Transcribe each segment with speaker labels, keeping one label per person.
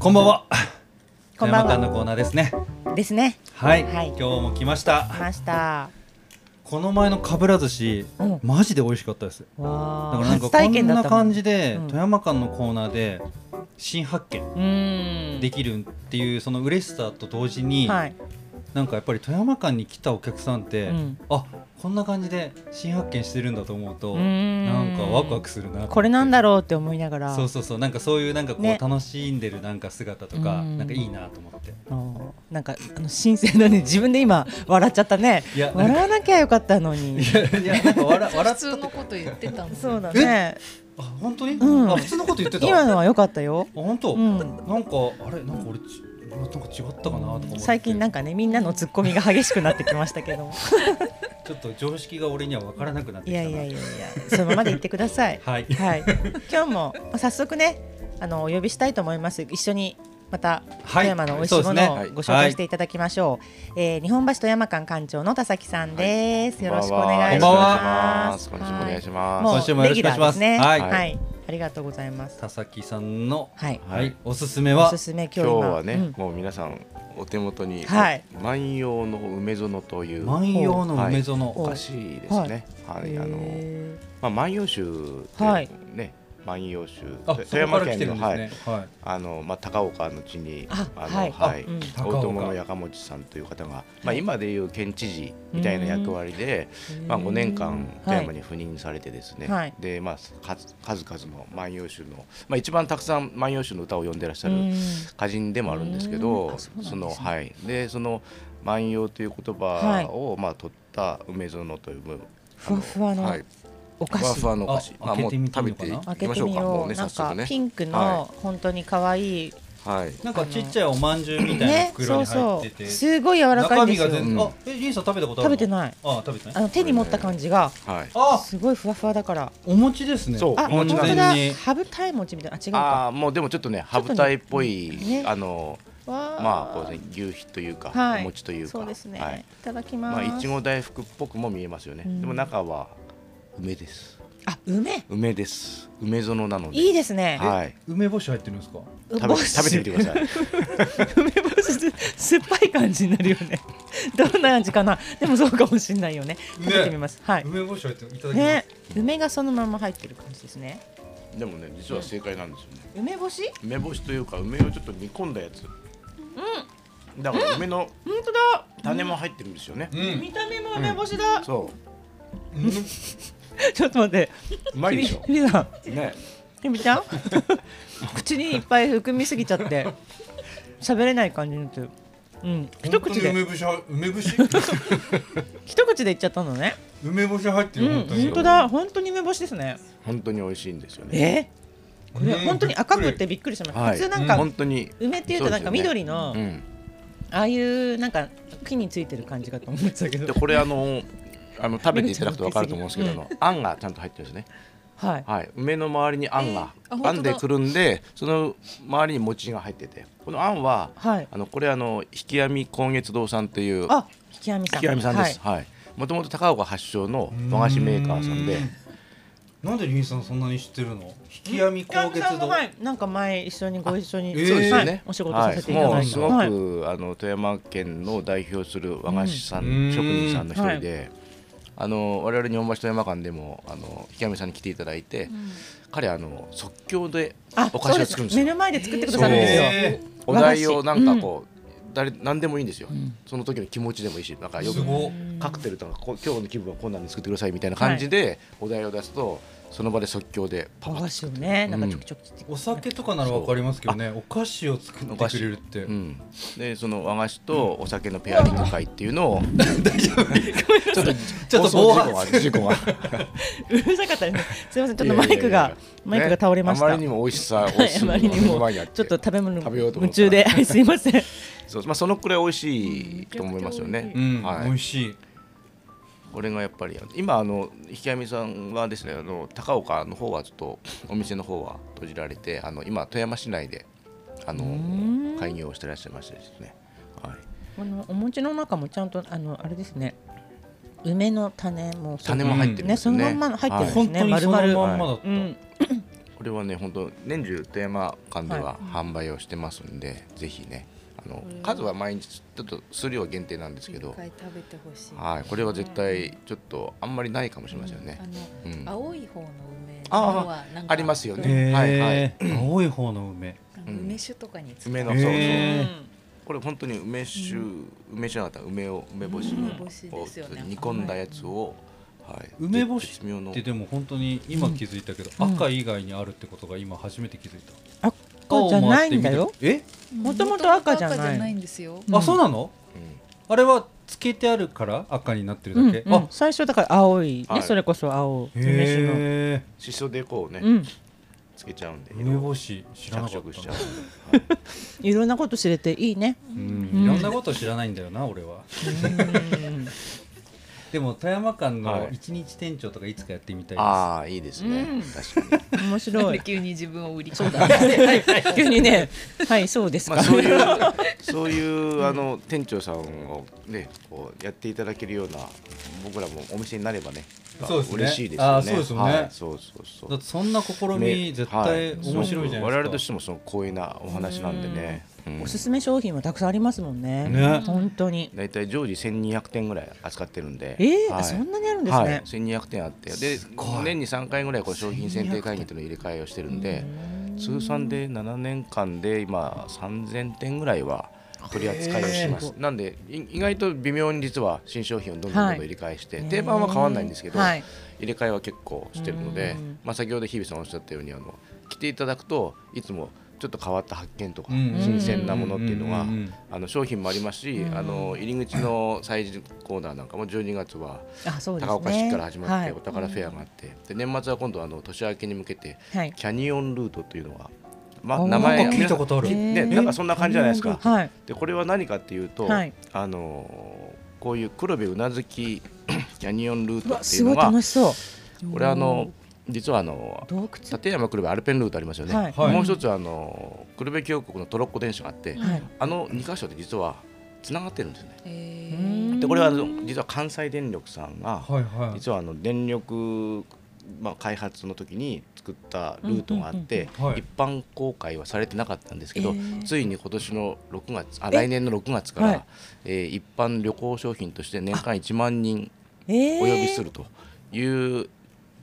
Speaker 1: こんばんは。
Speaker 2: こんばんは
Speaker 1: 富山間のコーナーですね。
Speaker 2: ですね。
Speaker 1: はい、
Speaker 2: はい
Speaker 1: 今日も来ました。
Speaker 2: 来ました。
Speaker 1: この前のかぶら寿司、
Speaker 2: うん
Speaker 1: マジで美味しかったです。だ
Speaker 2: わ
Speaker 1: か
Speaker 2: あ。
Speaker 1: らなんかこ
Speaker 2: 初体験
Speaker 1: ん
Speaker 2: だっ
Speaker 1: な
Speaker 2: たもん。
Speaker 1: 感
Speaker 2: う
Speaker 1: じで、
Speaker 2: ん
Speaker 1: 富山間のコーナーで新発見
Speaker 2: ーん。
Speaker 1: できるっていうその嬉しさと同時に、
Speaker 2: はい。
Speaker 1: なんかやっぱり富山間に来たお客さんって、
Speaker 2: うん
Speaker 1: あこんな感じで新発見してるんだと思うと、
Speaker 2: うーん
Speaker 1: なんかワクワクするなって
Speaker 2: これなんだろうって思いながら。
Speaker 1: そうそうそうなんかそういうなんかこう、
Speaker 2: ね
Speaker 1: 楽しんでるなんか姿とか、
Speaker 2: うん
Speaker 1: なんかいいなと思って
Speaker 2: あのなんかあの新鮮だね。自分で今笑っちゃったね。
Speaker 1: いやなんか
Speaker 2: 笑わなきゃよかったの
Speaker 1: い
Speaker 2: に。
Speaker 1: やいやなんか笑笑
Speaker 3: 普
Speaker 1: っ
Speaker 3: 通
Speaker 1: た
Speaker 3: のこと言ってたの。
Speaker 2: そうだね。
Speaker 1: あ本当に、
Speaker 2: うん
Speaker 1: あ普通のこと言ってた
Speaker 2: 今
Speaker 1: あ
Speaker 2: のは良かったよ。
Speaker 1: 本当、
Speaker 2: うん
Speaker 1: なんかあれなんか俺ちなんか違ったかなとか思って
Speaker 2: 最近なんかねみんなのツッコミが激しくなってきましたけども
Speaker 1: ちょっと常識が俺には分からなくなって
Speaker 2: い
Speaker 1: きた
Speaker 2: や
Speaker 1: ない
Speaker 2: やいやいやそのままで言ってください
Speaker 1: はい
Speaker 2: はい、今日も早速ねあのお呼びしたいと思います一緒にまた
Speaker 1: はい
Speaker 2: 富山の美味しいもの
Speaker 1: そうです
Speaker 2: を
Speaker 1: ね
Speaker 2: ご紹介していただきましょう、えー日本橋富山間館長の田崎さんです、よろしくお願いし
Speaker 1: こんばん
Speaker 2: ま
Speaker 4: は
Speaker 2: す
Speaker 4: こんにちはお願いします。
Speaker 2: も
Speaker 1: 今
Speaker 2: う
Speaker 1: 週もよろしくお願いします
Speaker 2: レギュラーですね
Speaker 4: はい
Speaker 2: はい、ありがとうございます
Speaker 1: 田崎さんの
Speaker 2: はい
Speaker 1: はい、
Speaker 4: はい
Speaker 1: おすすめ
Speaker 2: お
Speaker 1: は
Speaker 2: すすめ今日
Speaker 4: 今日
Speaker 2: 今
Speaker 4: はね、
Speaker 2: うん
Speaker 4: もう皆さんお手元に、
Speaker 2: はい
Speaker 4: 万葉の梅園という
Speaker 1: 万葉の梅園、
Speaker 4: お菓子ですね。はい、あの
Speaker 2: へ
Speaker 4: まあ万葉集って
Speaker 2: はい
Speaker 4: ね、万葉集
Speaker 1: あ
Speaker 4: 富
Speaker 1: そこ
Speaker 4: 山
Speaker 1: から来
Speaker 4: 県
Speaker 1: てる
Speaker 4: の
Speaker 1: んです
Speaker 4: は
Speaker 1: ね
Speaker 4: い、
Speaker 1: はい、
Speaker 4: あのまあ高岡の地に
Speaker 2: あ
Speaker 4: あの
Speaker 2: は
Speaker 4: はいい、
Speaker 2: あうん
Speaker 1: 高岡
Speaker 4: 大友のやかもちさんという方が、まあ今でいう県知事みたいな役割で、
Speaker 2: ー
Speaker 4: まあ5年間富山
Speaker 2: はい
Speaker 4: に赴任されてですね、
Speaker 2: はい
Speaker 4: でまあ数数々の万葉集の、まあ、一番たくさん万葉集の歌を読んでらっしゃ
Speaker 2: う
Speaker 4: る
Speaker 2: ん
Speaker 4: 歌人でもあるんですけど、
Speaker 2: うんあそうなんですね
Speaker 4: のはいでその万葉という言葉を、まあ取った梅園という部分
Speaker 2: ふわふわの
Speaker 4: はい、
Speaker 2: お菓
Speaker 4: ふわ
Speaker 2: 子
Speaker 4: ふわのお菓子
Speaker 1: あ
Speaker 4: ま
Speaker 1: 開
Speaker 4: あ
Speaker 1: け
Speaker 4: もう
Speaker 1: てみて
Speaker 4: 食
Speaker 1: み
Speaker 4: べ
Speaker 1: ようか
Speaker 4: て
Speaker 1: な
Speaker 2: 開け
Speaker 4: いきま
Speaker 2: て
Speaker 4: しょう
Speaker 2: み
Speaker 4: かも
Speaker 2: よ
Speaker 4: う
Speaker 2: う、
Speaker 4: ね
Speaker 2: なんか
Speaker 4: 早速ね
Speaker 2: ピンクの
Speaker 4: は
Speaker 2: 本当に可愛い
Speaker 4: い、はい、
Speaker 1: なんかちっちゃいお饅頭みたいな袋に入ってて、
Speaker 2: ね、そうそうすごい柔らかいんですよ
Speaker 1: 中身が全然、
Speaker 4: う
Speaker 1: あえリンさん食べたことある
Speaker 2: 食
Speaker 1: の
Speaker 2: べてない
Speaker 1: あ食べてな
Speaker 2: あ
Speaker 1: い
Speaker 2: の手に持った感じが
Speaker 4: はい
Speaker 1: あ
Speaker 2: すごいふわふわだから
Speaker 1: お餅ですね
Speaker 4: そう
Speaker 2: あ
Speaker 4: お
Speaker 2: 本当
Speaker 4: 餅だ
Speaker 2: だ
Speaker 1: 完全に
Speaker 2: ハブタイ餅みたいなあ違う
Speaker 4: あ
Speaker 2: か
Speaker 4: あもうでもちょっとね羽二重っぽい、
Speaker 2: ね
Speaker 4: あの
Speaker 2: わ
Speaker 4: まあこう、ね、牛皮というか、
Speaker 2: はい
Speaker 4: お餅というか
Speaker 2: そうですね、、
Speaker 4: はいい
Speaker 2: ただきます、
Speaker 4: まあいちご大福っぽくも見えますよね、
Speaker 2: うん
Speaker 4: でも中は梅です
Speaker 2: あ梅
Speaker 4: 梅です梅園なので
Speaker 2: いいですね
Speaker 4: はい
Speaker 1: 梅干し入ってるんですか
Speaker 4: 食べ食べてみてください
Speaker 2: い梅干し酸っぱい感じになるよね どんな味かなでもそうかもしれないよね食べてみます、はい
Speaker 1: 梅干し入っていただきます、
Speaker 2: ね梅がそのまま入ってる感じですね
Speaker 4: でもね実は正解なんですよね
Speaker 2: 梅干し
Speaker 4: 梅干しというか梅をちょっと煮込んだやつだから梅の
Speaker 2: 本当だ
Speaker 4: 種も入ってるんですよね、
Speaker 1: うん
Speaker 2: 見た目も梅干しだ、
Speaker 4: そ
Speaker 2: ちょっと待って
Speaker 4: ううまいでしょ
Speaker 2: ひびさん
Speaker 4: ね
Speaker 2: ひびちゃん 口にいっぱい含みすぎちゃって喋れない感じになってるうん一口で
Speaker 1: 干し梅干し
Speaker 2: 一口でいっちゃったのね
Speaker 1: 梅干し入って
Speaker 2: うん本当だ本当に梅干しですね
Speaker 4: 本当に美味しいんですよね
Speaker 2: えこれ
Speaker 1: うん
Speaker 2: 本当に赤くってびっくりしました、
Speaker 4: はい
Speaker 2: 普通なん
Speaker 1: え
Speaker 2: か、
Speaker 4: 本当に
Speaker 2: 梅っていうとなんか
Speaker 4: そうですよね
Speaker 2: 緑の、
Speaker 4: うん
Speaker 2: ああいうなんか木についてる感じかと思ってたけ
Speaker 4: で
Speaker 2: ど
Speaker 4: これあの あの食べていただくと分かると思うんですけど、あのあんがちゃんと入ってるんですね
Speaker 2: はい
Speaker 4: はい、梅の周りにあんが、
Speaker 3: えーあ
Speaker 4: あんで
Speaker 3: 本当
Speaker 4: くるんでその周りに餅が入っててこのあんは、
Speaker 2: はい
Speaker 4: あのこれあの引き網今月堂さんっていう
Speaker 2: あ引き網さん
Speaker 4: 引き網さんですはいもともと高岡発祥の和菓子メーカーさんで
Speaker 1: なんでリンさんそんなに知ってるの引き網
Speaker 2: はい、
Speaker 1: 高
Speaker 2: 引き網さ
Speaker 1: 月
Speaker 2: んも
Speaker 1: 堂
Speaker 2: はいなんか前一緒にご一緒に、
Speaker 1: あえー
Speaker 4: そうですよ
Speaker 2: はい
Speaker 4: ね、
Speaker 2: お仕事させていた
Speaker 4: は
Speaker 2: だ
Speaker 4: もう
Speaker 2: い
Speaker 4: す
Speaker 2: て、
Speaker 4: ご
Speaker 2: はい
Speaker 4: く、あの富山県の代表する和菓子さん、
Speaker 1: うん
Speaker 4: 職人さんの一人で、あの我々日本橋富山間でもあの引き網さんに来ていただいて、彼あの即興で
Speaker 2: あ
Speaker 4: お菓子を作るんです
Speaker 2: 目
Speaker 4: よ
Speaker 2: の前で作ってくだ
Speaker 4: そう
Speaker 2: さるんですよ。
Speaker 1: え
Speaker 4: お題をなんかこう、誰何でもいいんですよ、その時の気持ちでもいいしなんか
Speaker 1: ー
Speaker 4: よ
Speaker 1: す
Speaker 4: く
Speaker 1: ごっ
Speaker 4: カクテルとかこう今日の気分はこんなんで作ってくださいみたいな感じで、お題を出すとその場で即興でパ
Speaker 2: お
Speaker 4: パ
Speaker 2: 菓
Speaker 4: ッ
Speaker 2: 子をね、なんかちょくちょく、
Speaker 1: お酒とかならわかりますけどねお菓子を作ってくれるって、
Speaker 4: と、うん、でその和菓子とお酒のペアリング会っていうのを、ちょっと
Speaker 1: ちょっと暴
Speaker 4: 暴走
Speaker 1: 発
Speaker 4: 事故が事故 が
Speaker 2: うるさかったですね。すみません、ちょっとマイクが、マイクが倒れまし
Speaker 4: ね
Speaker 2: た。
Speaker 4: あまりにも美味しさ
Speaker 2: はいあまりにも
Speaker 4: ちょっ
Speaker 2: ちょっと食べ物
Speaker 4: 食べようと思
Speaker 2: 夢中で、
Speaker 4: ったら
Speaker 2: はいすみません。
Speaker 4: そうまあそのくらい美味しいと思いますよね、
Speaker 1: うん、
Speaker 4: はい
Speaker 1: 美味しい
Speaker 4: これがやっぱり今あの引き網さんはですねあの高岡の方はちょっとお店の方は閉じられてあの今富山市内であの開業をしてらっしゃいましてですね、はい、
Speaker 2: このお餅の中もちゃんと、あの、あれですね。梅の種もそう
Speaker 4: 種も入ってるん
Speaker 2: ね
Speaker 4: です
Speaker 2: そ
Speaker 4: よ
Speaker 2: の
Speaker 4: ね。
Speaker 2: まんま入ってるん
Speaker 4: は
Speaker 2: で
Speaker 4: い
Speaker 2: す
Speaker 1: 本
Speaker 2: ね、
Speaker 1: 当に
Speaker 2: 丸
Speaker 1: その
Speaker 2: 々
Speaker 1: まんまだった、
Speaker 2: うん、
Speaker 4: これはね本当年中富山間では販売をしてますんで、ぜひねあの
Speaker 3: うん
Speaker 4: 数は毎日ちょっと数量は限定なんですけど
Speaker 3: 一、回食べてほしい。
Speaker 4: はいこれは絶対ちょっとあんまりないかもしれませんね。
Speaker 3: うん。あ
Speaker 4: うん
Speaker 3: の青い方の梅の
Speaker 4: あー
Speaker 3: はなんか
Speaker 4: ありますよね。はいはい。
Speaker 1: へー青い方の梅
Speaker 3: なんか梅酒とかに使う。
Speaker 4: 梅の
Speaker 1: へー
Speaker 4: そうそう
Speaker 1: え
Speaker 4: これ本当に梅酒、梅酒じゃなかった梅を梅干し
Speaker 3: うん
Speaker 4: を
Speaker 3: 梅干しですよね
Speaker 4: 煮込んだやつを、はい、
Speaker 1: 梅干し
Speaker 4: 絶妙の
Speaker 1: ってでも本当に今気づいたけど、
Speaker 2: うん
Speaker 1: 赤以外にあるってことが今初めて気づいた
Speaker 2: 赤じゃないんだよ
Speaker 1: 青もあって緑え、
Speaker 2: もともと赤じゃない
Speaker 3: 元々赤んですよ。
Speaker 2: うん
Speaker 1: あそうなの
Speaker 4: うん
Speaker 1: あれはつけてあるから赤になってる
Speaker 2: うん
Speaker 1: だけ、
Speaker 2: うん
Speaker 1: あ
Speaker 2: 最初だから青い、ね
Speaker 4: はい
Speaker 2: それこそ青梅酒の、
Speaker 1: へえ
Speaker 4: しそでこうね、
Speaker 2: うん、
Speaker 4: つけちゃうんで
Speaker 1: 梅干し知らな
Speaker 4: 着
Speaker 1: かった
Speaker 4: 色しちゃう、
Speaker 2: いろんなこと知れていいね、
Speaker 1: うんいろんなこと知らないんだよな俺は
Speaker 2: うん
Speaker 1: でも富山間
Speaker 4: は
Speaker 1: の
Speaker 4: い
Speaker 1: 一日店長とかいつかやってみたいです、
Speaker 4: ああいいですね、
Speaker 2: うん
Speaker 4: 確かに
Speaker 2: 面
Speaker 3: なん
Speaker 2: 白
Speaker 3: で
Speaker 2: い
Speaker 3: 急に自分を売り込んだ。
Speaker 2: 急にねはいそうですか、
Speaker 4: まあそ ういうそういうあの店長さんをねこうやっていただけるような僕らもお店になればね
Speaker 1: そうですね
Speaker 4: 嬉しいです
Speaker 1: あ
Speaker 4: よ
Speaker 1: ー
Speaker 4: ね
Speaker 1: そうですよね
Speaker 4: はい、そうそ
Speaker 1: だ
Speaker 4: うそ
Speaker 1: っ
Speaker 4: う
Speaker 1: てそんな試
Speaker 4: ね
Speaker 1: み絶対面白いじゃ
Speaker 4: は
Speaker 1: ない
Speaker 4: 我々
Speaker 1: で
Speaker 4: と
Speaker 1: す
Speaker 4: してもその光栄なお話なんでね、うん
Speaker 2: おすすめ商品はたくさんありますもんね
Speaker 1: ね
Speaker 2: 本当に
Speaker 4: 大体常時1200点ぐらい扱ってるんで、
Speaker 2: えー
Speaker 4: はい
Speaker 2: そんなにあるんです
Speaker 4: は
Speaker 2: ね、
Speaker 4: い、1200点あってで
Speaker 1: ごい
Speaker 4: 年に3回ぐらいこう商品選定会議というのを入れ替えをしてるんで通算で7年間で今3000点ぐらいは取り扱いをしてますなんでい意外と微妙に実は新商品をどんどんどんどん入れ替えして、
Speaker 2: ね
Speaker 4: 定番は変わらないんですけど、
Speaker 2: はい
Speaker 4: 入れ替えは結構してるので
Speaker 2: うん、
Speaker 4: まあ、先ほど日比さんおっしゃったようにあの来ていただくといつもちょっと変わった発見とか
Speaker 1: うん
Speaker 4: 新鮮なものっていうのが
Speaker 1: うんうんうんうん
Speaker 4: あの商品もありますし、あの入り口の催事コーナーなんかも12月は
Speaker 2: あそうですね
Speaker 4: 高岡市から始まっ
Speaker 2: は
Speaker 4: て
Speaker 2: い
Speaker 4: お宝フェアがあって、で年末は今度あの年明けに向けて
Speaker 2: はい
Speaker 4: キャニオンルートというのが、ま
Speaker 2: お
Speaker 4: あ、
Speaker 2: ー
Speaker 4: 名前
Speaker 1: なんか聞いたことある
Speaker 4: ね、
Speaker 2: へー
Speaker 4: なんかそんな感じじゃないですか。
Speaker 2: はい
Speaker 4: でこれは何かっていうと、
Speaker 2: はい
Speaker 4: あのーこういう黒部うなずき キャニオンルー
Speaker 2: う
Speaker 4: ト
Speaker 2: わ
Speaker 4: っていう
Speaker 2: すご
Speaker 4: の
Speaker 2: い
Speaker 4: が
Speaker 2: 楽しそう
Speaker 4: これあの実はあの
Speaker 2: 洞窟
Speaker 4: 立山黒部アルペンルートありますよね、
Speaker 2: はい
Speaker 1: はい
Speaker 4: もう一つあのー黒部峡谷のトロッコ電車があって、
Speaker 2: はい
Speaker 4: あの2箇所で実はつながってるんですよね。
Speaker 3: え
Speaker 2: う
Speaker 3: ー
Speaker 2: ん
Speaker 4: でこれはあの実は関西電力さんが、
Speaker 1: はいはい
Speaker 4: 実はあの電力、まあ、開発の時に作ったルートがあって、
Speaker 1: うんうんうんはい
Speaker 4: 一般公開はされてなかったんですけど、
Speaker 3: えー
Speaker 4: ついに今年の6月あ
Speaker 2: え
Speaker 4: 来年の6月から、
Speaker 2: はい
Speaker 4: えー一般旅行商品として年間1万人
Speaker 2: え
Speaker 4: お
Speaker 2: ー
Speaker 4: 呼びするという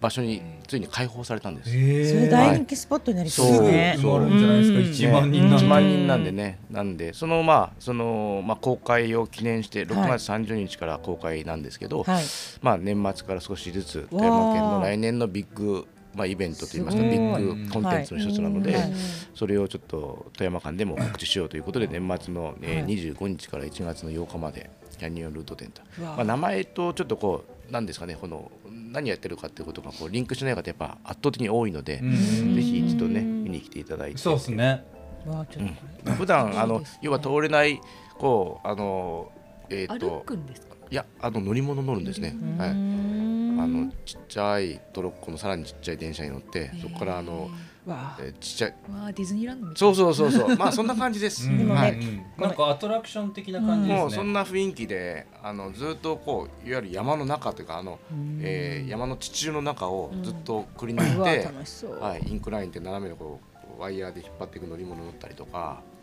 Speaker 4: 場所についに開放されたんです。
Speaker 1: え
Speaker 2: それ大人気スポットになりそうですね
Speaker 1: すぐ埋まるんじゃないですか
Speaker 2: うん
Speaker 1: 一万人なんで
Speaker 4: 1万人なんでね、なんでそのまあそのまあ公開を記念して6月30日から公開なんですけど、
Speaker 2: はい
Speaker 4: まあ、年末から少しずつ
Speaker 2: わー
Speaker 4: 富山県の来年のビッグ、まあ、イベントといいますか
Speaker 2: すご
Speaker 4: ビ
Speaker 2: い
Speaker 4: ッグコンテンツの一つなので、
Speaker 2: はい
Speaker 4: それをちょっと富山間でも告知しようということで年末の、えー
Speaker 2: はい
Speaker 4: 25日から1月の8日までキャニオンルート店と、
Speaker 3: うわ
Speaker 4: まあ、名前とちょっとこう何ですかねこの何やってるかっていうことがこうリンクしない方やっぱ圧倒的に多いので、
Speaker 1: うん
Speaker 4: ぜひ一度ね見に来ていただいて。
Speaker 1: そうですね
Speaker 2: わあちょっとこれ。
Speaker 4: 普段あ
Speaker 3: そう
Speaker 4: の
Speaker 3: ですね
Speaker 4: 要は通れないこうあのえっ、
Speaker 3: 歩
Speaker 4: と
Speaker 3: くんですか。
Speaker 4: いやあの乗り物乗るんですね。はいう
Speaker 2: ーん
Speaker 4: あのちっちゃいトロッコのさらにちっちゃい電車に乗ってそこからあの、
Speaker 2: わあ
Speaker 4: えーちっちゃい
Speaker 3: えー。わあディズニーランドみたい
Speaker 4: そうそうそ うそうまあそんな感じです。
Speaker 1: うん
Speaker 2: もね
Speaker 4: はい
Speaker 1: うんなんかアトラクション的な感じですね
Speaker 4: もうそんな雰囲気であのずっとこういわゆる山の中というかあの、えー山の地中の中をずっとくり抜
Speaker 2: う
Speaker 4: い
Speaker 2: わあ
Speaker 4: て、
Speaker 2: 楽しそう
Speaker 4: はい、インクラインって斜めのこうワイヤーで引っ張っていく乗り物乗ったりとか、うん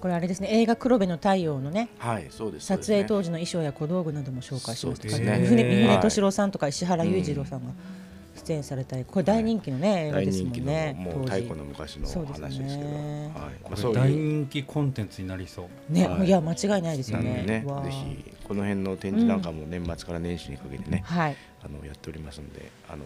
Speaker 2: これあれですね映画黒部の太陽のね
Speaker 4: はいそうです
Speaker 2: 撮影当時の衣装や小道具なども紹介しました
Speaker 4: そ
Speaker 2: 三
Speaker 4: うですね
Speaker 2: 船三船
Speaker 4: はい
Speaker 2: 敏郎さんとか石原裕次郎さんが出演されたりこれ大人気のね映画
Speaker 4: 大
Speaker 2: です
Speaker 4: 人
Speaker 2: も
Speaker 4: 気
Speaker 2: ん
Speaker 4: の
Speaker 2: ね
Speaker 4: もう
Speaker 2: 当
Speaker 4: 太古
Speaker 2: 時
Speaker 4: の昔の
Speaker 2: そうですね
Speaker 4: 話ですけど、はいまあ、
Speaker 1: こ
Speaker 4: そう
Speaker 1: れ大
Speaker 4: いう
Speaker 1: 人気コンテンツになりそう
Speaker 2: ね
Speaker 4: はい
Speaker 2: いや間違いないです
Speaker 4: な
Speaker 2: よ
Speaker 4: んで
Speaker 2: ね
Speaker 4: ね
Speaker 2: わあ
Speaker 4: ぜひこの辺の展示なんかも年末から年始にかけてね、
Speaker 2: はい
Speaker 4: あのやっておりますのであの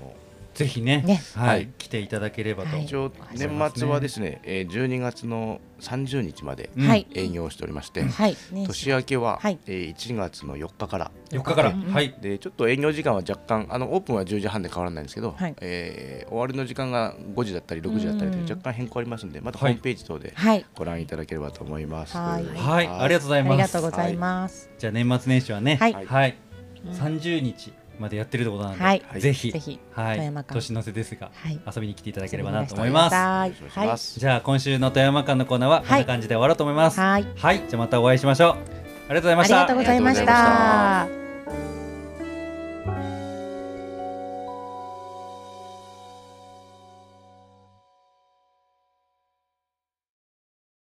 Speaker 1: ぜひね
Speaker 2: ね
Speaker 1: は
Speaker 4: はいい
Speaker 1: 来ていただければと
Speaker 2: はい
Speaker 4: 一応年末はですね、えー12月の30日まで
Speaker 1: うん
Speaker 2: はい
Speaker 4: 営業しておりまして、
Speaker 2: はいね
Speaker 4: 年明けは、
Speaker 2: はい
Speaker 4: えー1月の4日から
Speaker 1: 4日から
Speaker 2: うん
Speaker 1: はい
Speaker 4: でちょっと営業時間は若干あのオープンは10時半で変わらないんですけど、
Speaker 2: はい
Speaker 4: えー終わりの時間が5時だったり6時だったりという
Speaker 2: うん
Speaker 4: 若干変更ありますのでまたホ
Speaker 1: はい
Speaker 4: ームページ等で
Speaker 2: はい
Speaker 4: ご覧いただければと思います。
Speaker 2: はい
Speaker 1: はいありがとうござ
Speaker 2: あ
Speaker 1: い
Speaker 2: り
Speaker 1: ま
Speaker 2: が
Speaker 1: す
Speaker 2: とうございます
Speaker 1: じゃあ年末年始はね
Speaker 2: はい
Speaker 1: はい30日までやってるってことなんで
Speaker 2: はい
Speaker 1: ぜひ
Speaker 2: ぜひ
Speaker 1: は
Speaker 2: 富
Speaker 1: い
Speaker 2: 山間
Speaker 1: 年の瀬ですが
Speaker 2: はい
Speaker 1: 遊びに来ていただ
Speaker 2: い
Speaker 1: ければなと思います
Speaker 2: はい
Speaker 4: お願いし
Speaker 2: は
Speaker 4: ま
Speaker 2: い
Speaker 4: す
Speaker 1: じゃあ今週の富山間のコーナーはこんな感じで終わろうと思います
Speaker 2: はい
Speaker 1: はいじゃあまたお会いしましょうありがとうございました
Speaker 2: ありがとうございまし
Speaker 4: ありがとうございま
Speaker 2: た。